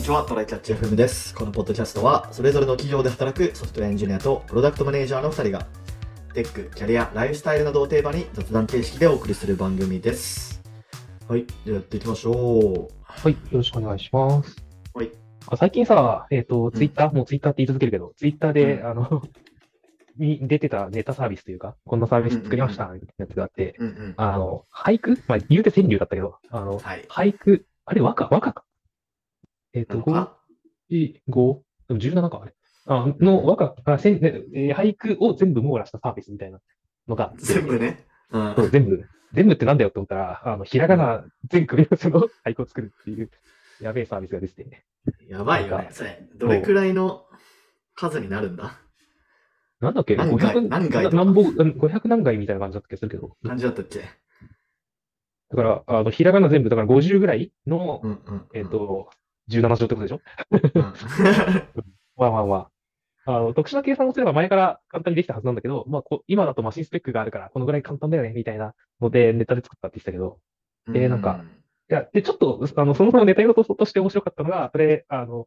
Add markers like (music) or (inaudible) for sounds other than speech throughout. ちは、トライキャッチ FM です。このポッドキャストは、それぞれの企業で働くソフトウェアエンジニアとプロダクトマネージャーの2人が、テック、キャリア、ライフスタイルなどをテーマに雑談形式でお送りする番組です。はい、ではやっていきましょう。はい、よろしくお願いします。はいあ。最近さ、えっ、と、んツイッター、もうツイッターって言い続けるけど、ツイッターで、うあの、 (laughs) に出てたネタサービスというか、こんなサービス作りました、みたいなやつがあって、うんうん。あの、俳句まあ、言うて川柳だったけど、あの、はい。俳句、あれ、和歌、和歌か。えっ、なと、ん5、か4、5、でも17か、あれ。あの、和歌、あせんえー俳句を全部網羅したサービスみたいなのがあって、全部ね。うん。そう、全部、全部ってなんだよって思ったら、あの、ひらがな全組み合わせの俳句を作るっていう、やべえサービスが出てて、やばいよなんね。かそれ、どれくらいの数になるんだなんだっけ、何回500何回とか何本、うん500何回みたいな感じだった気がするけど、感じだったっけだから、あの、ひらがな全部、だから50ぐらいの、うんうんうん。えっ、、と、17乗ってことでしょ (laughs) うん、まあまあまあ。あの、特殊な計算をすれば前から簡単にできたはずなんだけど、まあこ、今だとマシンスペックがあるから、このぐらい簡単だよね、みたいなので、ネタで作ったって言ってたけど、えーなんかいや、で、ちょっと、あの、そもそもネタ用ととして面白かったのが、それ、あの、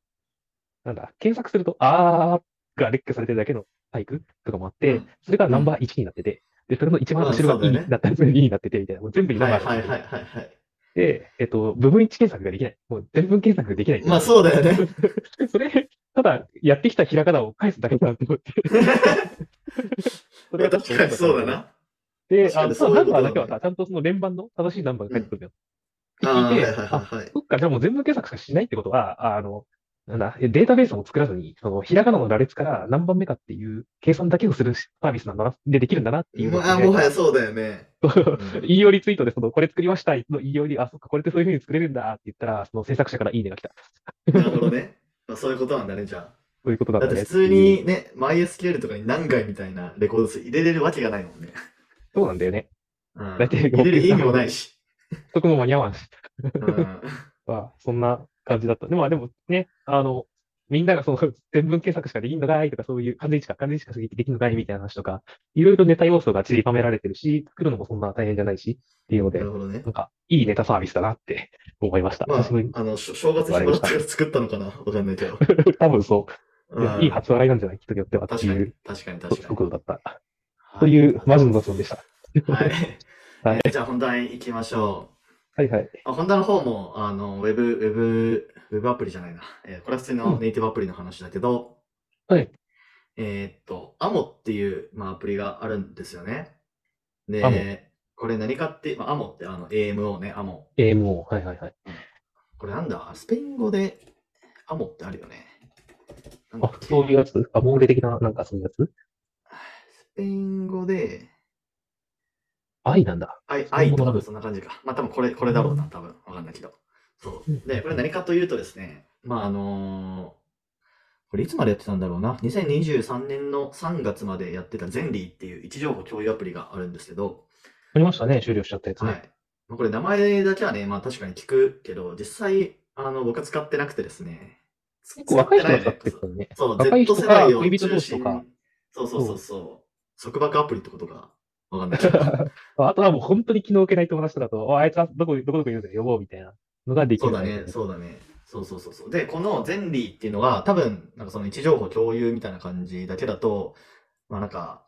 なんだ、検索すると、あーが列挙されてるだけの俳句とかもあっうてん、それがナンバー1になってて、で、それの一番うん後ろそうがだいよいねだったり、それにいいになってて、みたいな。もう全部うにん。ナはンいはバいーがは入いってはていはい。で、えっと、部分一検索ができない。もう全文検索ができない。まあそうだよ (laughs) ね。 (laughs) それ、ただ、やってきたひらがなを返すだけだなと思って。それが確かにそうだな。。で、確かあにの、そういナうンことバだねーだけはさ、ちゃんとその連番の正しいナンバーが返ってくるんだよ。あー聞いはいてはいはいはい。そっか、じゃあもう全部検索しかしないってことは、ああの、なんだ、データベースも作らずに、その、ひらがなの羅列から何番目かっていう計算だけをするサービスなんだな、でできるんだなっていうのをまあ、もはやそうだよね。うん言いよりツイートで、その、これ作りました、の言いより、あ、そっか、これってそういう風に作れるんだって言ったら、その制作者からいいねが来た。なるほどね。まあ、そういうことなんだね、じゃそういうことあ。なんだだって普ねていう通にね、MySQL とかに何回みたいなレコード数入れれるわけがないもんね。そうなんだよね。うん、大体入れる意味もないし。そこも間に合わんし。 (laughs) うん、は、そんな感じだった。でも、まあでもね、あの、みんながその、全文検索しかできんのかいとか、そういう、完全一か、完全一かできんのかいみたいな話とか、いろいろネタ要素が散りばめられてるし、作るのもそんな大変じゃないし、っていうのなで、るほどねな。んか、いいネタサービスだなって思いました。まあ私も、あの、しょ正月にもらったから作ったのかなわかんないけど。多分そうう、ん (laughs) いい初笑いなんじゃない人によってはって確かいにう、、確かに、そう確かそういうに。ことだった。という、マジの雑音でした。はい。 (laughs) はえーじゃあ本題行きましょはいはい。う。あ本題の方も、あの、ウェブ、ウェブ、ウェブアプリじゃないな。えーこれは普通のネイティブアプリの話だけど、はい。えーっと、アモっていう、まあ、アプリがあるんですよね。アモで、これ何かって、まあ、アモってあの AMO ね、アモ。えー、もう、はいはいはい。これなんだスペイン語でアモってあるよね。なんだあっ、けそういうやつあ、モーレ的な、なんかそういうやつスペイン語で、愛なんだ。あい、ペあインい語と多なんだ分そんな感じか。まあ多分これ、これだろうな、多分わかんないけど。そう。で、これ何かというとですね、まああのーこれいつまでやってたんだろうな。2023年の3月までやってたゼンリーっていう位置情報共有アプリがあるんですけど、ありましたね、終了しちゃったやつはね。い。まあこれ名前だけはね、まあ確かに聞くけど、実際、あの、僕は使ってなくてですね。結構若い人が使使っってないてよたねよね。そう、若い人 Z か世代を恋中人心同士とかに。そうそうそうそう。束縛アプリってことがわかんない (laughs) けど。あとはもう本当に気の置けない友達とかと、おあいつはどこ、どこどこいるんだよ、呼ぼうみたいなのができそるうだね、そうだね。そうそうそうそう。で、このゼンリーっていうのは、多分、なんかその位置情報共有みたいな感じだけだと、まあなんか、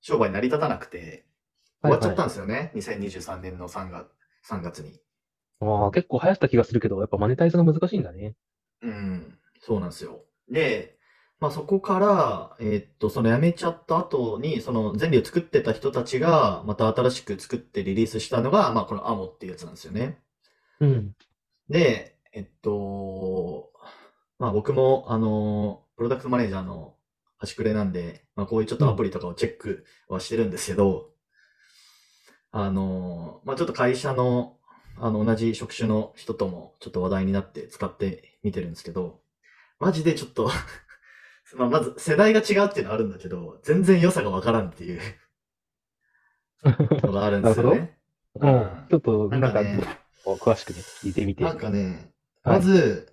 商売成り立たなくて、終わっちゃったんですよね。2023年の3月、3月に。ああ、結構流行った気がするけど、やっぱマネタイズが難しいんだね。うん、そうなんですよ。で、まあ、そこから、えーっと、その辞めちゃった後に、そのゼンリーを作ってた人たちが、また新しく作ってリリースしたのが、まあ、このアモっていうやつなんですよね。うん。で、えっと、まあ、僕も、あの、プロダクトマネージャーの端くれなんで、まあ、こういうちょっとアプリとかをチェックはしてるんですけど、あの、まあ、ちょっと会社の、あの、同じ職種の人とも、ちょっと話題になって使ってみてるんですけど、マジでちょっと (laughs) まあ、まず世代が違うっていうのはあるんだけど、全然良さがわからんっていうのがあるんです (laughs) よね。うん。ちょっと、なんなんかか、ね、詳しくね、聞いてみて。なんかね、はいまず、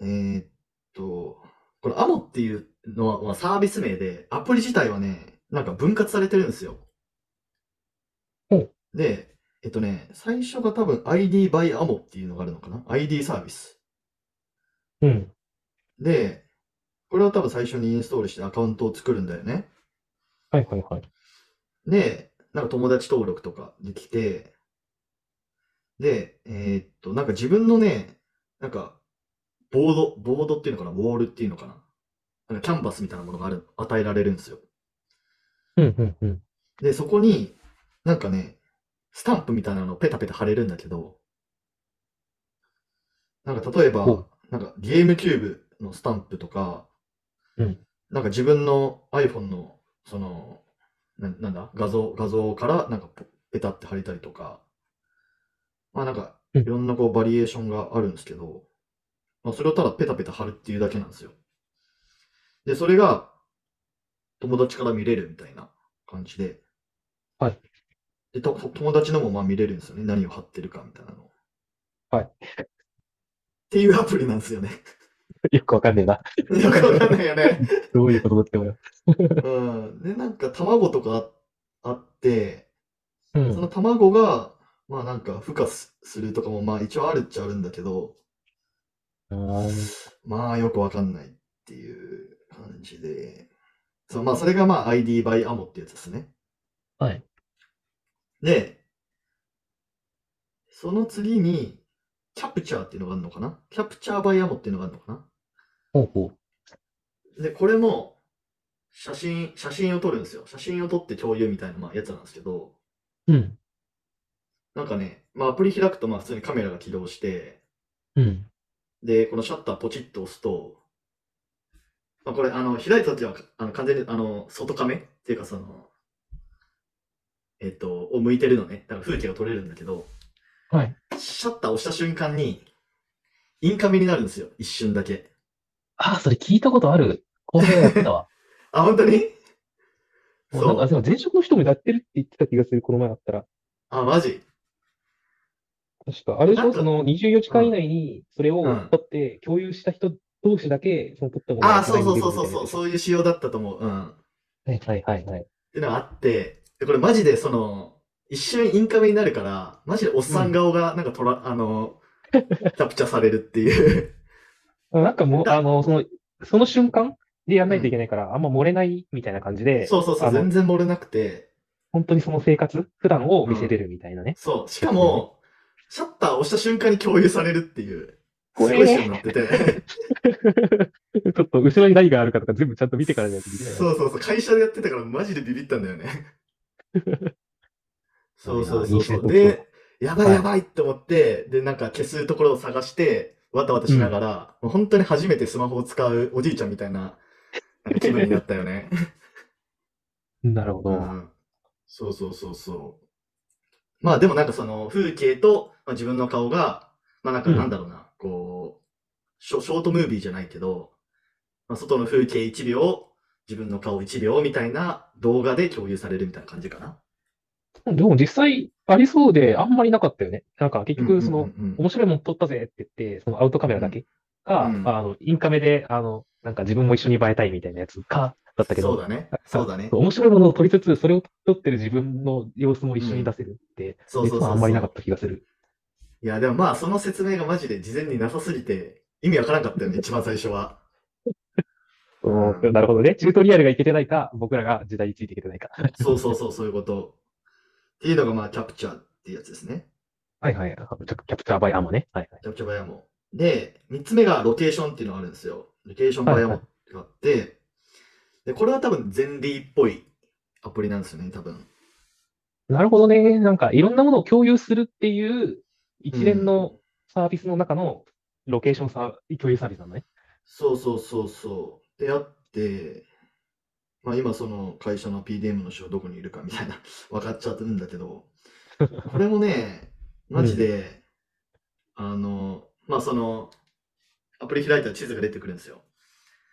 えーっと、これ、アモっていうのはまあサービス名で、アプリ自体はね、なんか分割されてるんですよほう。で、えっとね、最初が多分 ID by アモっていうのがあるのかな ?ID サービス。うん。で、これは多分最初にインストールしてアカウントを作るんだよね。はいはいはい。で、なんか友達登録とかできて、で、えーっと、なんか自分のね、なんか、ボード、ボードっていうのかな、ウォールっていうのかな。なんかキャンバスみたいなものがある、与えられるんですよ。うんうんうん。 (laughs) で、そこに、なんかね、スタンプみたいなのをペタペタ貼れるんだけど、なんか例えほばう、なんかゲームキューブのスタンプとか、うんなんか自分の iPhone の、その、な、なんだ、画像、画像からなんかポペタって貼れたりとか、まあなんか、うんいろんなこうバリエーションがあるんですけど、まあそれをただペタペタ貼るっていうだけなんですよ。で、それが友達から見れるみたいな感じで、はい。で、と友達のもまあ見れるんですよね。何を貼ってるかみたいなのを。はいっていうアプリなんですよ (laughs) ね。よくわかんねえな。 (laughs) よくわかんないよね。どういうことだって思う。うん。で、なんか卵とかああって、うそのん。卵が、まあなんか孵化すするとかもまあ一応あるっちゃあるんだけど、あまあよくわかんないっていう感じで、そう、まあそれがまあ ID by AMO ってやつですね。ーはい。で、その次に、キャプチャーっていうのがあるのかなキャプチャーバイアモっていうのがあるのかほうほなで、これも、写真、写真を撮るんですよ。写真を撮って共有みたいな、まあ、やつなんですけど、う。うん。なんかね、まあ、アプリ開くと、まあ、普通にカメラが起動して、うん。で、このシャッターポチッと押すと、まあ、これ、あの、開いた時は、あの、完全に、あの、外カメっていうか、その、えっと、を向いてるのね。だから風景が撮れるんだけど、はい。シャッター押した瞬間に、インカメになるんですよ、一瞬だけ。ああ、それ聞いたことある。後輩がやって (laughs) たわ。あ、本当にもうなんそか、う。でも前職の人もやってるって言ってた気がする、この前だったら。あ、マジ確か。あれでしなょんかその24時間以内にそれをうん撮って共有した人同士だけ、その撮ったものあ、がそうそうそう後そうでそう、見れるみそういう仕様だったと思う。うん。ったいなはいはいはいはい。ていうのがあって、でこれマジでその、一瞬インカメになるから、マジでおっさん顔がなんかとら、あの、キャプチャーされるっていう。なんかもう、だあの、その、その瞬間でやんないといけないから、あんま漏れないみたいな感じで、そうそうそう、あの全然漏れなくて。本当にその生活、普段を見せれるみたいなね。そう、しかも、シャッター押した瞬間に共有されるっていう、すこごれい仕様になってて。 (laughs) ちょっと後ろに何があるかとか全部ちゃんと見てからじゃないと見れない。そうそうそう、会社でやってたからマジでビビったんだよね。 (laughs) そうそうそうそう。いいねで、やばはいいやばいって思って、で、なんか消すところを探して、わたわたしながら、もう本当に初めてスマホを使うおじいちゃんみたいな、なんか気分になったよね。なるほど。うんそうそうそうそう。まあでもなんかその風景と、まあ、自分の顔が、まあなんかうんなんだろうな、こうショ、ショートムービーじゃないけど、まあ、外の風景1秒、自分の顔1秒みたいな動画で共有されるみたいな感じかな。でも実際ありそうであんまりなかったよね。なんか結局、そうの、んうんうんうん面白いもん撮ったぜって言って、そのアウトカメラだけが、うんあの、インカメで、あの、なんか自分も一緒に映えたいみたいなやつか、だったけそうど、だね。そうだね。面白いものを撮りつつ、それを撮ってる自分の様子も一緒に出せるって、そうそ実うそうはそあうんまりなかった気がする。いや、でもまあ、その説明がマジで事前になさすぎて、意味わからんかったよね、一番最初は。うんうんなるほどね。チュートリアルがいけてないか、僕らが時代についていけてないか。そうそうそう、そういうこと。っていうのがまあ、キャプチャーっていうやつですね。 (laughs) はいはい。あのちょキャプチャーバイアーもね。はいはい。キャプチャーバイアモ。で、三つ目がロケーションっていうのがあるんですよ。ロケーションバイアモってがあって、で、これは多分、ゼンリーっぽいアプリなんですよね、多分。なるほどね。なんか、いろんなものを共有するっていう、一連のサービスの中のロケーションサー共有サービスなのね。そうそうそうそう。で、あって、まあ今その会社の PDM の人どこにいるかみたいな (laughs) 分かっちゃうんだけど、これもね、マジで、あの、まあその、アプリ開いたら地図が出てくるんですよ。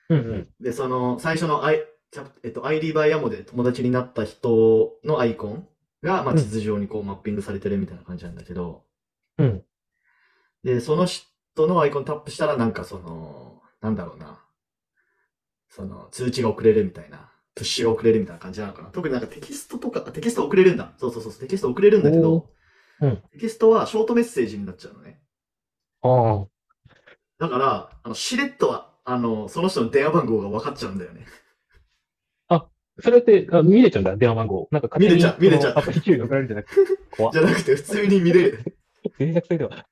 うんうん。で、その最初のアイ、キャプえっと、ID by AMO で友達になった人のアイコンが、まあ、うん地図上にこうマッピングされてるみたいな感じなんだけど、うん。で、その人のアイコンタップしたら、なんかその、なんだろうな。その、通知が遅れるみたいな、プッシュが遅れるみたいな感じなのかな。特になんかテキストとか、あテキスト遅れるんだ。そうそうそう、テキスト遅れるんだけど、おーうんテキストはショートメッセージになっちゃうのね。ああ。だから、あの、しれっとは、あの、その人の電話番号が分かっちゃうんだよね。それって、あ見れちゃうんだ、電話番号。なんか勝手に見れちゃう見れちゃうそのアプリ注意が送られるんじゃ (laughs) なくじて、ゃなくて、普通に見れる。脆弱性では。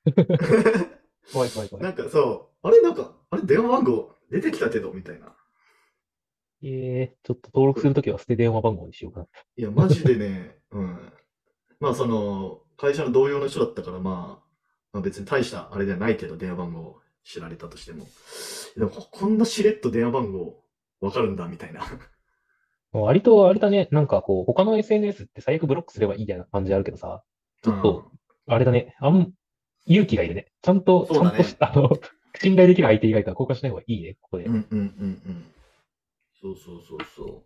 (laughs) 怖い怖い怖い。なんかそう、あれなんか、あれ電話番号出てきたけど、みたいな。ええちょっと登録するときは捨て電話番号にしようかな。いや、マジでね、 (laughs) うん。まあ、その、会社の同僚の人だったから、まあ、まあ別に大したあれじゃないけど、電話番号知られたとしても。でも、ここんなしれっと電話番号わかるんだ、みたいな。割とあれだね、なんかこう、他の SNS って最悪ブロックすればいいみたいな感じあるけどさ、ちょっと、あれだね、あん、勇気がいるね。ちゃんと、そうだねちゃんとした、あの、 (laughs) 信頼できる相手以外とは交換しない方がいいね、ここで。うんうんうんうん。そうそうそうそう。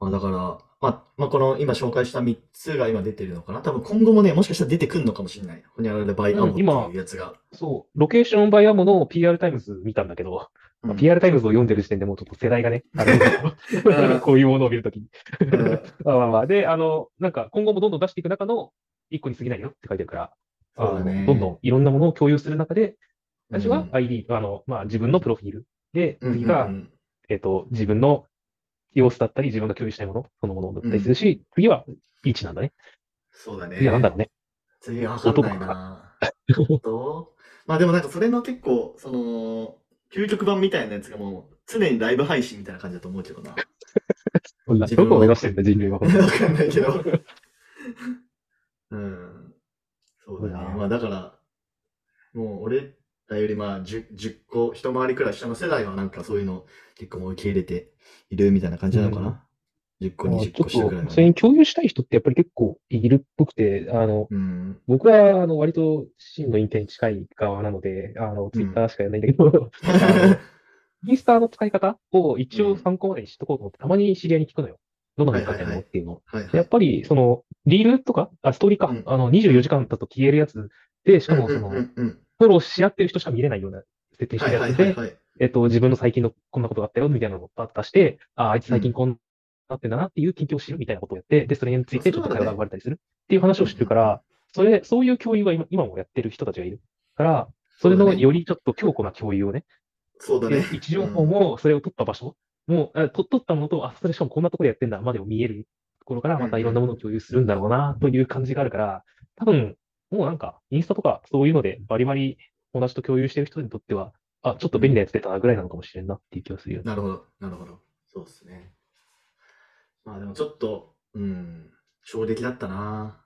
まあだから、まあ、まあこの今紹介した3つが今出てるのかな。多分今後もね、もしかしたら出てくるのかもしれない。ほにゃららバイアンボっていうやつが。そう、ロケーションバイアモの PR タイムズ見たんだけど、うんまあ PR タイムズを読んでる時点でもうちょっと世代がね、(laughs) あ (laughs) れうんこういうものを見るときに。うんまあまあまあ。で、あの、なんか今後もどんどん出していく中の一個に過ぎないよって書いてるから、あそうだね (laughs) のどんどんいろんなものを共有する中で、最初うはん ID、あの、まあ自分のプロフィール。で、うん次うがんう、んえっと、自分の様子だったり、自分が共有したいもの、そのものだったりするし、次は位置なんだね。そうだね。次はなんだろうね。 (laughs) 次わかんないな。どうまあでもなんかそれの結構、その、究極版みたいなやつがもう常にライブ配信みたいな感じだと思うけどな。ど自分はこを目指してるんだ、人類は。 (laughs) わかんないけど。 (laughs) うん。そうだそうだね。なまあだから、もう俺らよりまあ 10, 10個、一回りくらい下の世代はなんかそういうの結構もう受け入れているみたいな感じなのかな。10個、まあち20ょ個っ下くらいと、のそれに共有したい人ってやっぱり結構いるっぽくて、あの、 (laughs) うん。僕は、あの、割と真のインテに近い側なので、あの、ツイッターしかやらないんだけ (laughs) ど、インスタの使い方を一応参考までにしとこうと思って、たまに知り合いに聞くのよ。どんなの使ってるはいはいのはいっていうの。はいではやっい。ぱり、その、リールとか、あ、ストーリーかうん、あの、24時間だと消えるやつで、しかも、その、うんうんうんうんフォローし合ってる人しか見れないような設定しはているはやいつはいで、はい。えっと、自分の最近のこんなことがあったよ、みたいなのをパッと出して、あ、あいつ最近こんなことあってんだなっていう近況を知るみたいなことをやって、で、それについてちょっと会話が生まれたりするっていう話をしてるから、それ、そういう共有は今今もやってる人たちがいるから、それそうのだねよりちょっと強固な共有をね、そうだでね。位置情報も、それを取った場所も、あと取ったものと、あ、それしかもこんなところでやってんだ、までも見えるところから、またいろんなものを共有するんだろうな、という感じがあるから、多分、もうなんか、インスタとかそういうので、バリバリ友達と共有してる人にとっては、あ、ちょっと便利なやつ出たなぐらいなのかもしれんなっていう気がするよね。なるほど、なるほど。そうですね。まあでもちょっと、うん、衝撃だったな。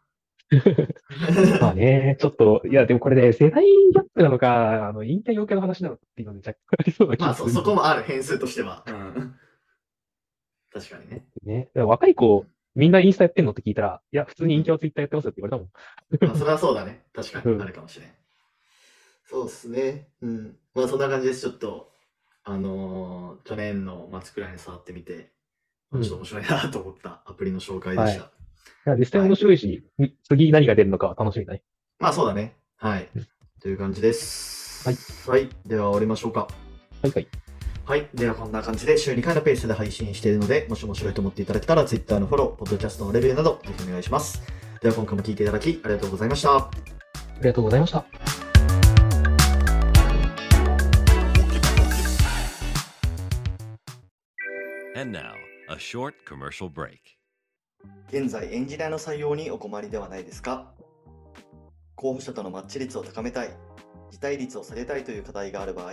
(laughs) まあね、ちょっと、いや、でもこれね、世代ギャップなのか、あの、引退要件の話なのかっていうので、若干ありそうな気まあがすそる。そこもある変数としては。うん確かにね。ね。若い子、みんなインスタやってんのって聞いたら、いや、普通にインキャはツイッターやってますよって言われたもん。まあそれはそうだね。確かうにんあるかもしれん。そうですね。うん。まあそんな感じです。ちょっと、あのー去年の末くらいに触ってみて、ちょうんっと面白いなと思ったアプリの紹介でした。いや実際面白いし、次何が出るのかは楽しみだね。まあそうだね。はいうん。という感じです。はい。はい。では終わりましょうか。はいはい。はい。ではこんな感じで週2回のペースで配信しているので、もし面白いと思っていただけたら Twitter のフォロー、ポッドキャストのレビューなどぜひお願いします。では今回も聞いていただきありがとうございました。ありがとうございました。 And now, a short commercial break. 現在エンジニアの採用にお困りではないですか候補者とのマッチ率を高めたい辞退率を下げたいという課題がある場合